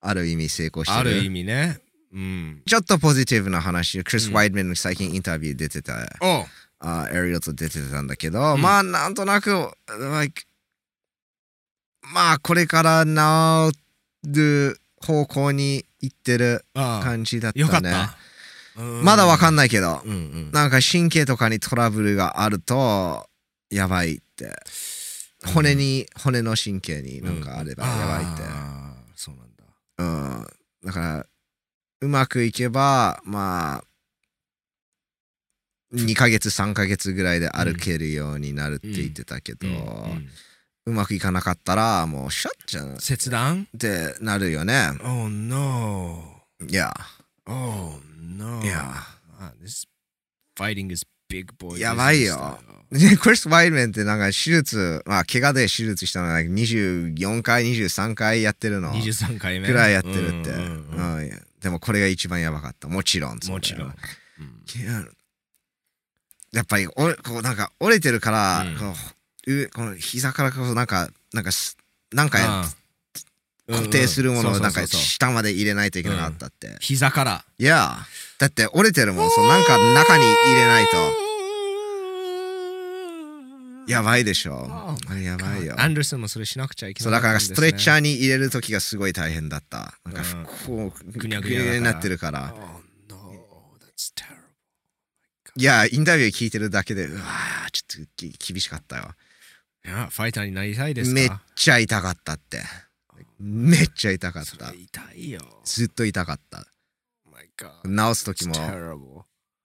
[SPEAKER 2] ある意味成功してる
[SPEAKER 1] ある意味ね。うん。
[SPEAKER 2] ちょっとポジティブな話クリス・
[SPEAKER 1] うん
[SPEAKER 2] ワイドメンの最近インタビュー出てた、
[SPEAKER 1] お
[SPEAKER 2] あエリオと出てたんだけど、
[SPEAKER 1] うん
[SPEAKER 2] まあなんとなく、like まあこれから治る方向に行ってる
[SPEAKER 1] あ
[SPEAKER 2] 感じだ
[SPEAKER 1] あ、
[SPEAKER 2] ったね。
[SPEAKER 1] よかった。うん
[SPEAKER 2] まだわかんないけど、
[SPEAKER 1] うんうん。
[SPEAKER 2] なんか神経とかにトラブルがあるとやばいって。骨に、骨の神経になんかあればやばいって。
[SPEAKER 1] ああそうなんだ。
[SPEAKER 2] うん、だからうまくいけばまあ2ヶ月3ヶ月ぐらいで歩けるようになるって言ってたけど、う
[SPEAKER 1] うんうん
[SPEAKER 2] まくいかなかったらもうシャッじゃんっ
[SPEAKER 1] 切断
[SPEAKER 2] てなるよね
[SPEAKER 1] ?Oh no.
[SPEAKER 2] いや
[SPEAKER 1] Oh no.
[SPEAKER 2] いや
[SPEAKER 1] Man, this fighting is big boy.
[SPEAKER 2] やばいよ
[SPEAKER 1] business だよ
[SPEAKER 2] でクリス・ワイルメンってなんか手術まあ怪我で手術したのが24回23回やってるのく
[SPEAKER 1] 23回目。
[SPEAKER 2] らいやってるって、
[SPEAKER 1] う
[SPEAKER 2] うんん
[SPEAKER 1] うんうん
[SPEAKER 2] でもこれが一番やばかったもちろんそれは
[SPEAKER 1] もちろん。うん
[SPEAKER 2] いややっぱり折こうなんか折れてるから、
[SPEAKER 1] うん
[SPEAKER 2] この上この膝からこうなんかなんかすなんか
[SPEAKER 1] うん
[SPEAKER 2] 固定するもの
[SPEAKER 1] うんう
[SPEAKER 2] を
[SPEAKER 1] ん
[SPEAKER 2] なんか
[SPEAKER 1] そうそうそうそう
[SPEAKER 2] 下まで入れないといけなかったって、
[SPEAKER 1] 膝から。
[SPEAKER 2] いやだって折れてるもんそうなんか中に入れないとやばいでしょ
[SPEAKER 1] Oh
[SPEAKER 2] あれやばいよ
[SPEAKER 1] アンデルソンもそれしなくちゃいけ
[SPEAKER 2] そ
[SPEAKER 1] な
[SPEAKER 2] う
[SPEAKER 1] い、
[SPEAKER 2] だからストレッチャ
[SPEAKER 1] ー。
[SPEAKER 2] ーに入れる時がすごい大変だったなんか
[SPEAKER 1] うん
[SPEAKER 2] こう
[SPEAKER 1] ぐ
[SPEAKER 2] ぐ
[SPEAKER 1] に
[SPEAKER 2] に
[SPEAKER 1] ゃ
[SPEAKER 2] ゃ
[SPEAKER 1] ぐ
[SPEAKER 2] ぐ
[SPEAKER 1] に
[SPEAKER 2] に
[SPEAKER 1] ゃだから
[SPEAKER 2] ゃになってるから、
[SPEAKER 1] Oh no, that's terrible.
[SPEAKER 2] いやインタビュー聞いてるだけでうわーちょっとき厳しかったよ
[SPEAKER 1] いや、ファイターになりたいですか
[SPEAKER 2] めっちゃ痛かったってめっちゃ痛かっ
[SPEAKER 1] そ
[SPEAKER 2] た
[SPEAKER 1] れ痛いよ。
[SPEAKER 2] ずっと痛かった
[SPEAKER 1] Oh my god.
[SPEAKER 2] 治す時
[SPEAKER 1] It's
[SPEAKER 2] も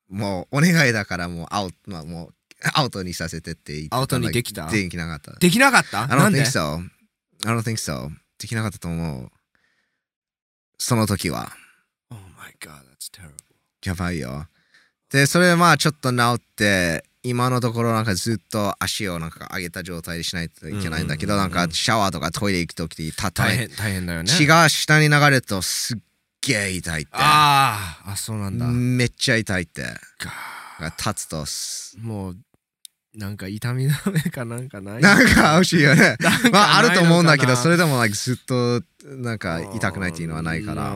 [SPEAKER 1] terrible.
[SPEAKER 2] もうお願いだからもうアウト、まあ、もうアウトにさせてって言ってたんだ
[SPEAKER 1] アウトにできた
[SPEAKER 2] できなかった
[SPEAKER 1] できなかったな
[SPEAKER 2] I don't
[SPEAKER 1] んで
[SPEAKER 2] think so I don't think so できなかったと思うその時は
[SPEAKER 1] Oh my god, that's terrible.
[SPEAKER 2] やばいよでそれでまあちょっと治って今のところなんかずっと足をなんか上げた状態でしないといけないんだけど
[SPEAKER 1] うんうんう
[SPEAKER 2] な
[SPEAKER 1] ん
[SPEAKER 2] ん
[SPEAKER 1] うん
[SPEAKER 2] かシャワーとかトイレ行く時に立たな
[SPEAKER 1] 大
[SPEAKER 2] い
[SPEAKER 1] 変、大変だよね。
[SPEAKER 2] 血が下に流れるとすっげえ痛いって
[SPEAKER 1] ああ、あ、そうなんだ。
[SPEAKER 2] めっちゃ痛いって
[SPEAKER 1] か
[SPEAKER 2] 立つとす
[SPEAKER 1] もう、なんか痛み止めかなんかない
[SPEAKER 2] なんか欲しいよね
[SPEAKER 1] なんか
[SPEAKER 2] まああると思うんだけどそ
[SPEAKER 1] れ
[SPEAKER 2] れでもなんかずっとなんか痛くないっていうのはないから
[SPEAKER 1] ら。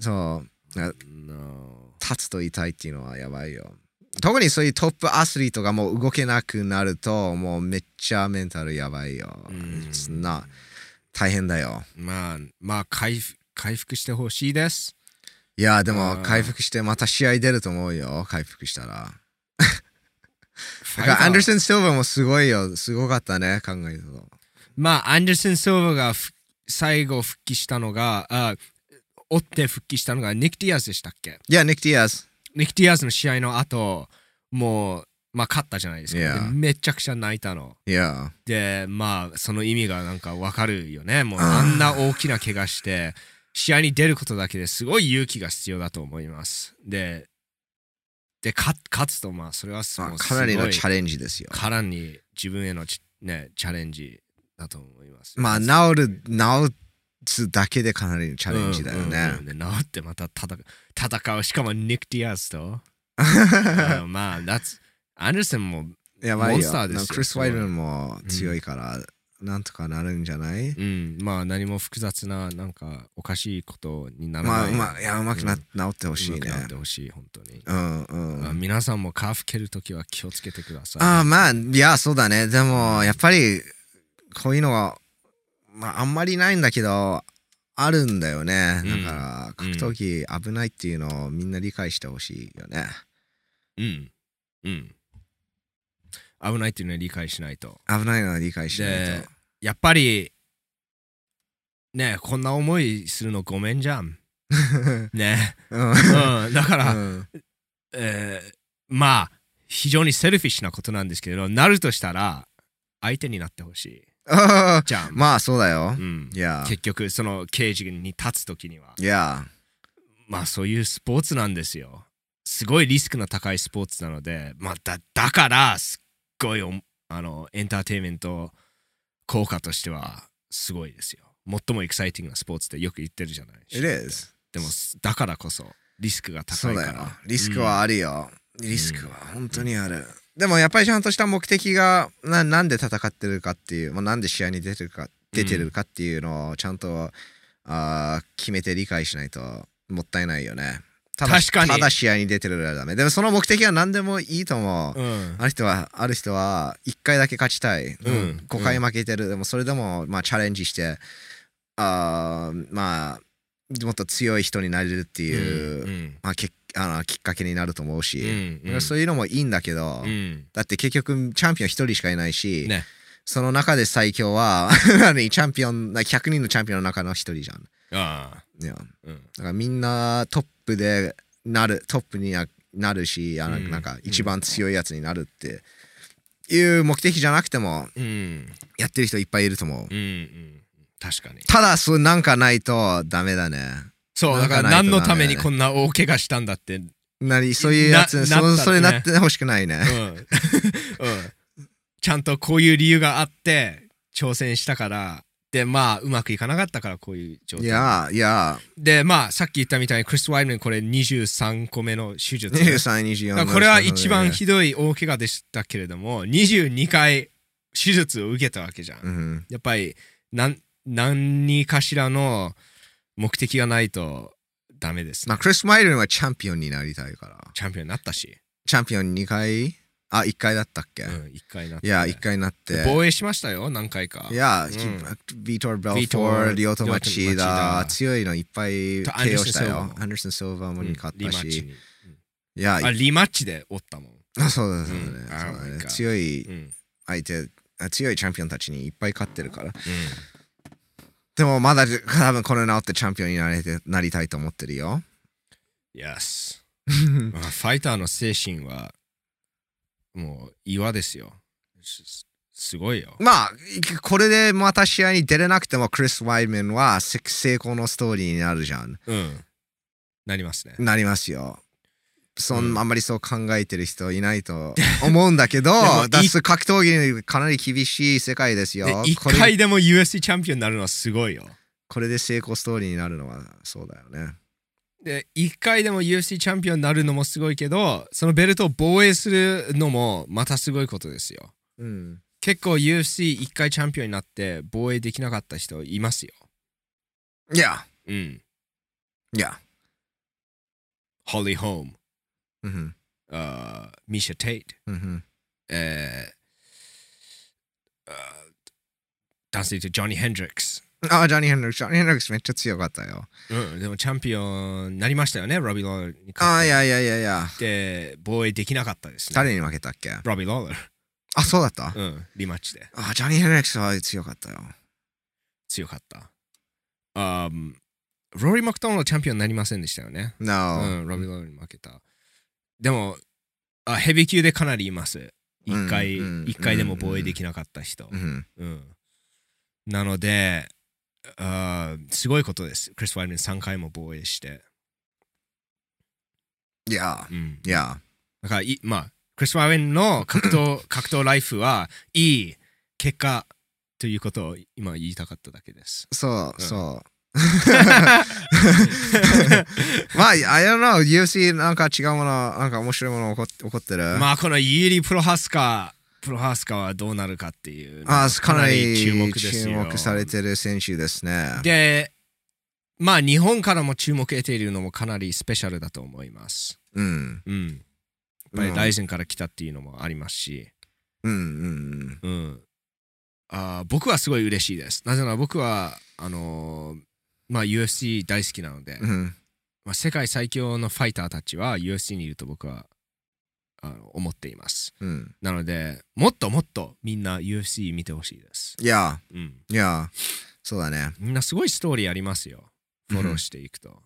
[SPEAKER 2] そうなんか
[SPEAKER 1] No.
[SPEAKER 2] 立つと痛いっていうのはやばいよ特にそういうトップアスリートがもう動けなくなるともうめっちゃメンタルやばいよ
[SPEAKER 1] うん
[SPEAKER 2] It's not- 大変だよ
[SPEAKER 1] まあ、まあ回復、回復してほしいです。
[SPEAKER 2] いやで
[SPEAKER 1] うん
[SPEAKER 2] も回復してまた試合出ると思うよ回復したら
[SPEAKER 1] フ
[SPEAKER 2] だ
[SPEAKER 1] ァイ
[SPEAKER 2] か
[SPEAKER 1] タ
[SPEAKER 2] らアン
[SPEAKER 1] ー
[SPEAKER 2] ダーソン・シルバーもすごいよ。すごかったね、考えると。
[SPEAKER 1] まあ、アンダーソン・シルバーがふ最後復帰したのが、あ追って復帰したのがニック・ディアスでしたっけ
[SPEAKER 2] いや、ニック・ディアス。
[SPEAKER 1] ニック・ディアスの試合の後、もう、まあ、勝ったじゃないですか。
[SPEAKER 2] Yeah.
[SPEAKER 1] でめちゃくちゃ泣いたの。
[SPEAKER 2] いや。
[SPEAKER 1] で、まあ、その意味がなんかわかるよね。もう、
[SPEAKER 2] あー
[SPEAKER 1] あんな大きな怪我して、試合に出ることだけですごい勇気が必要だと思います。で、で、勝勝つと、まあ、それはす
[SPEAKER 2] ま
[SPEAKER 1] も
[SPEAKER 2] あ
[SPEAKER 1] う
[SPEAKER 2] かなり
[SPEAKER 1] すご
[SPEAKER 2] の
[SPEAKER 1] い
[SPEAKER 2] チャレンジですよ。
[SPEAKER 1] からに自分へのチ,、ね、チャレンジだと思います。
[SPEAKER 2] まあ、
[SPEAKER 1] な
[SPEAKER 2] 治る、治すだけでかなりのチャレンジだよ
[SPEAKER 1] うんうん
[SPEAKER 2] ね
[SPEAKER 1] う。んで治ってまた戦う戦うしかもニック・ディアス
[SPEAKER 2] [laughs]
[SPEAKER 1] とうんまあ that's アンダーソンも
[SPEAKER 2] やばい
[SPEAKER 1] モンスター
[SPEAKER 2] よ。
[SPEAKER 1] ですよ
[SPEAKER 2] なんかクリス・
[SPEAKER 1] す
[SPEAKER 2] ワ
[SPEAKER 1] ごい
[SPEAKER 2] イルンも強いから、なんとかなるんじゃない
[SPEAKER 1] うんまあ何も複雑ななんかおかしいことになら
[SPEAKER 2] ま
[SPEAKER 1] な
[SPEAKER 2] あ、
[SPEAKER 1] い、
[SPEAKER 2] まあ、いや、うまくな、
[SPEAKER 1] うん
[SPEAKER 2] 治ってほしいう
[SPEAKER 1] まくなっ
[SPEAKER 2] ね
[SPEAKER 1] て。ほしい本当に、
[SPEAKER 2] うんう
[SPEAKER 1] まあ
[SPEAKER 2] ん。
[SPEAKER 1] 皆さんもカーフ蹴るときは気をつけてください
[SPEAKER 2] ああ、まあ、いや、そうだね。でも、やっぱり、こういうのは、まあ、あんまりないんだけど、あるんだよね。
[SPEAKER 1] うん
[SPEAKER 2] だから、格闘技危ないっていうのをみんな理解してほしいよね。
[SPEAKER 1] うんうん危ないっていうのは理解しないと
[SPEAKER 2] 危ないのは理解しない
[SPEAKER 1] で
[SPEAKER 2] と。
[SPEAKER 1] やっぱりねえこんな思いするのごめんじゃ
[SPEAKER 2] [laughs]
[SPEAKER 1] んね
[SPEAKER 2] うん
[SPEAKER 1] うんだから、
[SPEAKER 2] うん
[SPEAKER 1] えーまあ非常にセルフィッシュなことなんですけどなるとしたら相手になってほしい
[SPEAKER 2] ああ
[SPEAKER 1] じゃん、
[SPEAKER 2] まあ、そうだよ
[SPEAKER 1] う。ん
[SPEAKER 2] い、や、
[SPEAKER 1] 結局その刑事に立つ時にはい
[SPEAKER 2] や、
[SPEAKER 1] まあそういうスポーツなんですよすごいリスクの高いスポーツなのでまあだだからすっごいおあのエンターテインメント効果としてはすごいですよ最もエキサイティングなスポーツってよく言ってるじゃない
[SPEAKER 2] it is。
[SPEAKER 1] でもだからこそリスクが
[SPEAKER 2] そ
[SPEAKER 1] 高
[SPEAKER 2] う
[SPEAKER 1] いか
[SPEAKER 2] だよ
[SPEAKER 1] ら。
[SPEAKER 2] リスクはあるよ。リスクは本当にある。でもやっぱりちゃんとした目的がななんで戦ってるかっていう、まあ、なんで試合に出てるか出てるかっていうのをちゃんと、あー決めて理解しないともったいないよね。ただ
[SPEAKER 1] 確かに
[SPEAKER 2] ただ試合に出てるらダメ。でもその目的は何でもいいと思う。
[SPEAKER 1] うん
[SPEAKER 2] ある人は、ある人は、1回だけ勝ちたい。
[SPEAKER 1] うん
[SPEAKER 2] 5回負けてる。でも、それでも、まあ、チャレンジして、あーまあ、もっと強い人になれるっていう、
[SPEAKER 1] うん
[SPEAKER 2] まあ、けあのきっかけになると思う
[SPEAKER 1] う
[SPEAKER 2] し、
[SPEAKER 1] ん
[SPEAKER 2] だからそういうのもいいんだけど、
[SPEAKER 1] うん
[SPEAKER 2] だって結局、チャンピオン1人しかいないし、
[SPEAKER 1] ね
[SPEAKER 2] その中で最強は、 [laughs] あのチャンピオン、100人のチャンピオンの中の1人じゃん。
[SPEAKER 1] ああ
[SPEAKER 2] いやだ
[SPEAKER 1] うん
[SPEAKER 2] からみんなトップでなる、トップにはなるし、あの
[SPEAKER 1] うん
[SPEAKER 2] なんか一番強いやつになるっていう目的じゃなくても、
[SPEAKER 1] うん
[SPEAKER 2] やってる人いっぱいいると思う。
[SPEAKER 1] うんうん確かに
[SPEAKER 2] ただ、そうなんかないとダメだね。
[SPEAKER 1] そうだから
[SPEAKER 2] なんかな
[SPEAKER 1] 何
[SPEAKER 2] いと
[SPEAKER 1] の
[SPEAKER 2] ダ
[SPEAKER 1] ため
[SPEAKER 2] メだね
[SPEAKER 1] にこんな大怪我したんだってうん
[SPEAKER 2] なり、そういうやつ、
[SPEAKER 1] ななった
[SPEAKER 2] そ
[SPEAKER 1] らね
[SPEAKER 2] それなってほしくないね。
[SPEAKER 1] うんちゃんとこういう理由があって挑戦したからでまあうまくいかなかったからこういう状
[SPEAKER 2] い
[SPEAKER 1] 態
[SPEAKER 2] や、いや、
[SPEAKER 1] でまあさっき言ったみたいにクリス・ワイルンこれ23個目の手術
[SPEAKER 2] [laughs] 23、24
[SPEAKER 1] だからこれは一番ひどい大怪我でしたけれども22回手術を受けたわけじゃん
[SPEAKER 2] うん。
[SPEAKER 1] やっぱり何何かしらの目的がないとダメです、
[SPEAKER 2] まあ、クリス・マイルンはチャンピオンになりたいから。
[SPEAKER 1] チャンピオンになったし、
[SPEAKER 2] チャンピオン2回あ、1回だったっけ、
[SPEAKER 1] うん、1回なって
[SPEAKER 2] いや、1回なって。
[SPEAKER 1] 防衛しましたよ何回か
[SPEAKER 2] いや、ビートル・ベルフォー
[SPEAKER 1] Vitor
[SPEAKER 2] ド、リオトマチ
[SPEAKER 1] リオトマチ
[SPEAKER 2] だ
[SPEAKER 1] ダ、
[SPEAKER 2] 強いのいっぱい KO したよ。アンダーソン・シルバー
[SPEAKER 1] う
[SPEAKER 2] も
[SPEAKER 1] ん
[SPEAKER 2] に勝っ
[SPEAKER 1] リ
[SPEAKER 2] た
[SPEAKER 1] マッチ
[SPEAKER 2] し。
[SPEAKER 1] に
[SPEAKER 2] いや、
[SPEAKER 1] あリマッチで折ったもん、
[SPEAKER 2] あそうだそ
[SPEAKER 1] う
[SPEAKER 2] うだね
[SPEAKER 1] ん
[SPEAKER 2] そうだ
[SPEAKER 1] Oh my
[SPEAKER 2] ね。
[SPEAKER 1] God
[SPEAKER 2] 強い
[SPEAKER 1] うん
[SPEAKER 2] 相手、あ強いチャンピオンたちにいっぱい勝ってるから。でもまだ多分これ治ってチャンピオンになれてなりたいと思ってるよ。
[SPEAKER 1] Yes まあファイターの精神はもう岩ですよすすごいよ
[SPEAKER 2] まあ、これでまた試合に出れなくても、クリス・ワイメンはせ成功のストーリーになるじゃん。
[SPEAKER 1] うんなりますね
[SPEAKER 2] なりますよ。そん、
[SPEAKER 1] うん
[SPEAKER 2] あんまりそう考えてる人いないと [laughs] 思うんだけど
[SPEAKER 1] も、
[SPEAKER 2] だ
[SPEAKER 1] い
[SPEAKER 2] って格闘技にかなり厳しい世界ですよ
[SPEAKER 1] で。一
[SPEAKER 2] これ
[SPEAKER 1] 回でも UFC チャンピオンになるのはすごいよ
[SPEAKER 2] これで成功ストーリーになるのはそうだよね。
[SPEAKER 1] で1回でも UFC チャンピオンになるのもすごいけどそのベルトを防衛するのもまたすごいことですよ
[SPEAKER 2] うん。
[SPEAKER 1] 結構 UFC1 回チャンピオンになって防衛できなかった人いますよ
[SPEAKER 2] いや、
[SPEAKER 1] うん
[SPEAKER 2] いや。
[SPEAKER 1] ホリー・ホーム
[SPEAKER 2] うん
[SPEAKER 1] あーミシャ・テイト
[SPEAKER 2] うん。うん
[SPEAKER 1] えーあー男性で言うとジョニー・ヘンドリックス
[SPEAKER 2] うんああ、ジョニー・ヘンドリックス、ジョニー・ヘンドリックスめっちゃ強かったよ。
[SPEAKER 1] うん、でもチャンピオンになりましたよね、ロビー・ローラーに
[SPEAKER 2] ああ、
[SPEAKER 1] 勝っ
[SPEAKER 2] いやいやいやいや。
[SPEAKER 1] て、防衛できなかったですね。
[SPEAKER 2] 誰に負けたっけあ、
[SPEAKER 1] ロビー・ローラー。
[SPEAKER 2] そうだった、
[SPEAKER 1] うん、リマッチで
[SPEAKER 2] あジョニー・ヘンドリックスは強かったよ。
[SPEAKER 1] 強かった。あーローリー・マクドナルドチャンピオンになりませんでしたよね。
[SPEAKER 2] No、
[SPEAKER 1] うん、ロビー・ローラーに負けた。でもあ、ヘビー級でかなりいます。一回、一、
[SPEAKER 2] うんうん
[SPEAKER 1] 回でも防衛できなかった人。
[SPEAKER 2] うん。
[SPEAKER 1] うん。なので、あーすごいことです。クリス・ワイルン3回も防衛して。
[SPEAKER 2] いや、
[SPEAKER 1] うん。
[SPEAKER 2] いや。
[SPEAKER 1] だからい、まあ、クリス・ワイルンの格
[SPEAKER 2] [laughs]
[SPEAKER 1] 闘格闘ライフはいい結果ということを今言いたかっただけ
[SPEAKER 2] [laughs]
[SPEAKER 1] です。
[SPEAKER 2] そう、
[SPEAKER 1] うん
[SPEAKER 2] そう。まあ、I don't know。UFC なんか違うもの、なんか面白いもの起こ起こってる。
[SPEAKER 1] まあ、このイーリー・プロハスカ、プロハスカはどうなるかっていう、
[SPEAKER 2] あかなり
[SPEAKER 1] 注
[SPEAKER 2] 注
[SPEAKER 1] 目
[SPEAKER 2] 目
[SPEAKER 1] ですよ
[SPEAKER 2] されてる選手ですね。
[SPEAKER 1] で、まあ、日本からも注目得ているのもかなりスペシャルだと思います。
[SPEAKER 2] うん。
[SPEAKER 1] うん。やっぱり
[SPEAKER 2] うん
[SPEAKER 1] ライゼンから来たっていうのもありますし、
[SPEAKER 2] うんうん
[SPEAKER 1] うん。あー僕はすごい嬉しいです。なぜなら僕は、あのーまあ UFC 大好きなので、
[SPEAKER 2] うん。うん。
[SPEAKER 1] まあ、世界最強のファイターたちは UFC にいると僕はあの思っています。
[SPEAKER 2] うん。
[SPEAKER 1] なので、もっともっとみんな UFC 見てほしいです。
[SPEAKER 2] いや、
[SPEAKER 1] うん。
[SPEAKER 2] いや、そうだね。
[SPEAKER 1] みんなすごいストーリーありますよ。フォローしていくと。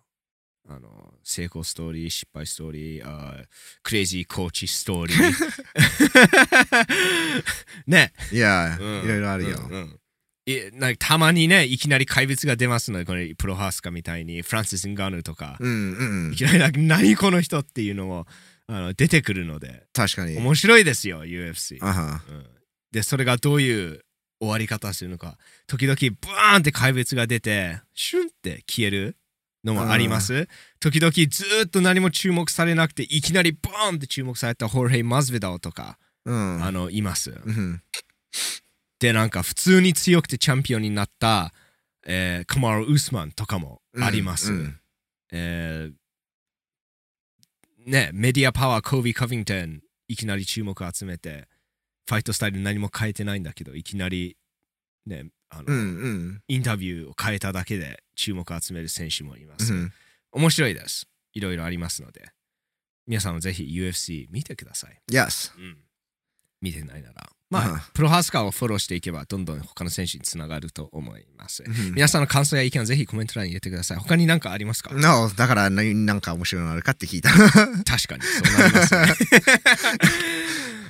[SPEAKER 1] あの成功ストーリー、失敗ストーリー、あークレイジーコーチス [laughs] トーリー。ね、
[SPEAKER 2] いや、
[SPEAKER 1] [laughs] うん
[SPEAKER 2] いろいろあるよ。
[SPEAKER 1] うんうんいなんかたまにね、いきなり怪物が出ますので、これプロハースカみたいに、フランシス・ンガーヌとか、
[SPEAKER 2] うんうん
[SPEAKER 1] い。きなりなんか何この人っていうのもあの出てくるので、
[SPEAKER 2] 確かに。
[SPEAKER 1] 面白いですよ、UFC。
[SPEAKER 2] あは。
[SPEAKER 1] うんで、それがどういう終わり方するのか、時々バーンって怪物が出て、シュンって消えるのもあります。時々ずーっと何も注目されなくて、いきなりバーンって注目されたホルヘイ・マズベダオとか、
[SPEAKER 2] うん。
[SPEAKER 1] あの、います。
[SPEAKER 2] うん。
[SPEAKER 1] でなんか普通に強くてチャンピオンになった、えーカマル・ウスマンとかもあります、
[SPEAKER 2] うん
[SPEAKER 1] えーねメディアパワーコービー・カビントンいきなり注目を集めてファイトスタイル何も変えてないんだけどいきなりねあの、
[SPEAKER 2] うんうん。
[SPEAKER 1] インタビューを変えただけで注目を集める選手もいま
[SPEAKER 2] う
[SPEAKER 1] す、
[SPEAKER 2] ん
[SPEAKER 1] 面白いですいろいろありますので皆さんもぜひ UFC 見てください
[SPEAKER 2] Yes。
[SPEAKER 1] 見てないなら、まあ
[SPEAKER 2] うん
[SPEAKER 1] プロハースカーをフォローしていけばどんどん他の選手につながると思います、
[SPEAKER 2] うん
[SPEAKER 1] 皆さんの感想や意見をぜひコメント欄に入れてください他に何かありますか、
[SPEAKER 2] No、だからななんか面白いのあるかって聞いた。
[SPEAKER 1] 確かにそうなります
[SPEAKER 2] [laughs]
[SPEAKER 1] ね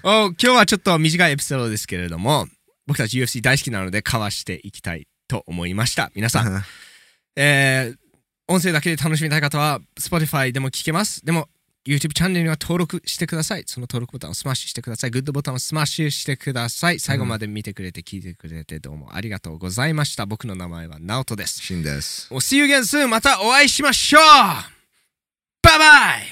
[SPEAKER 1] お今日はちょっと短いエピソードですけれども僕たち UFC 大好きなので交わしていきたいと思いました皆さん、えー音声だけで楽しみたい方は Spotify でも聞けます。でも YouTube チャンネルには登録してください。その登録ボタンをスマッシュしてください。グッドボタンをスマッシュしてください。最後まで見てくれて聞いてくれてどうもありがとうございました。僕の名前はナオトです。
[SPEAKER 2] [laughs] 死んです。
[SPEAKER 1] お See you again soon! またお会いしましょうバイバイ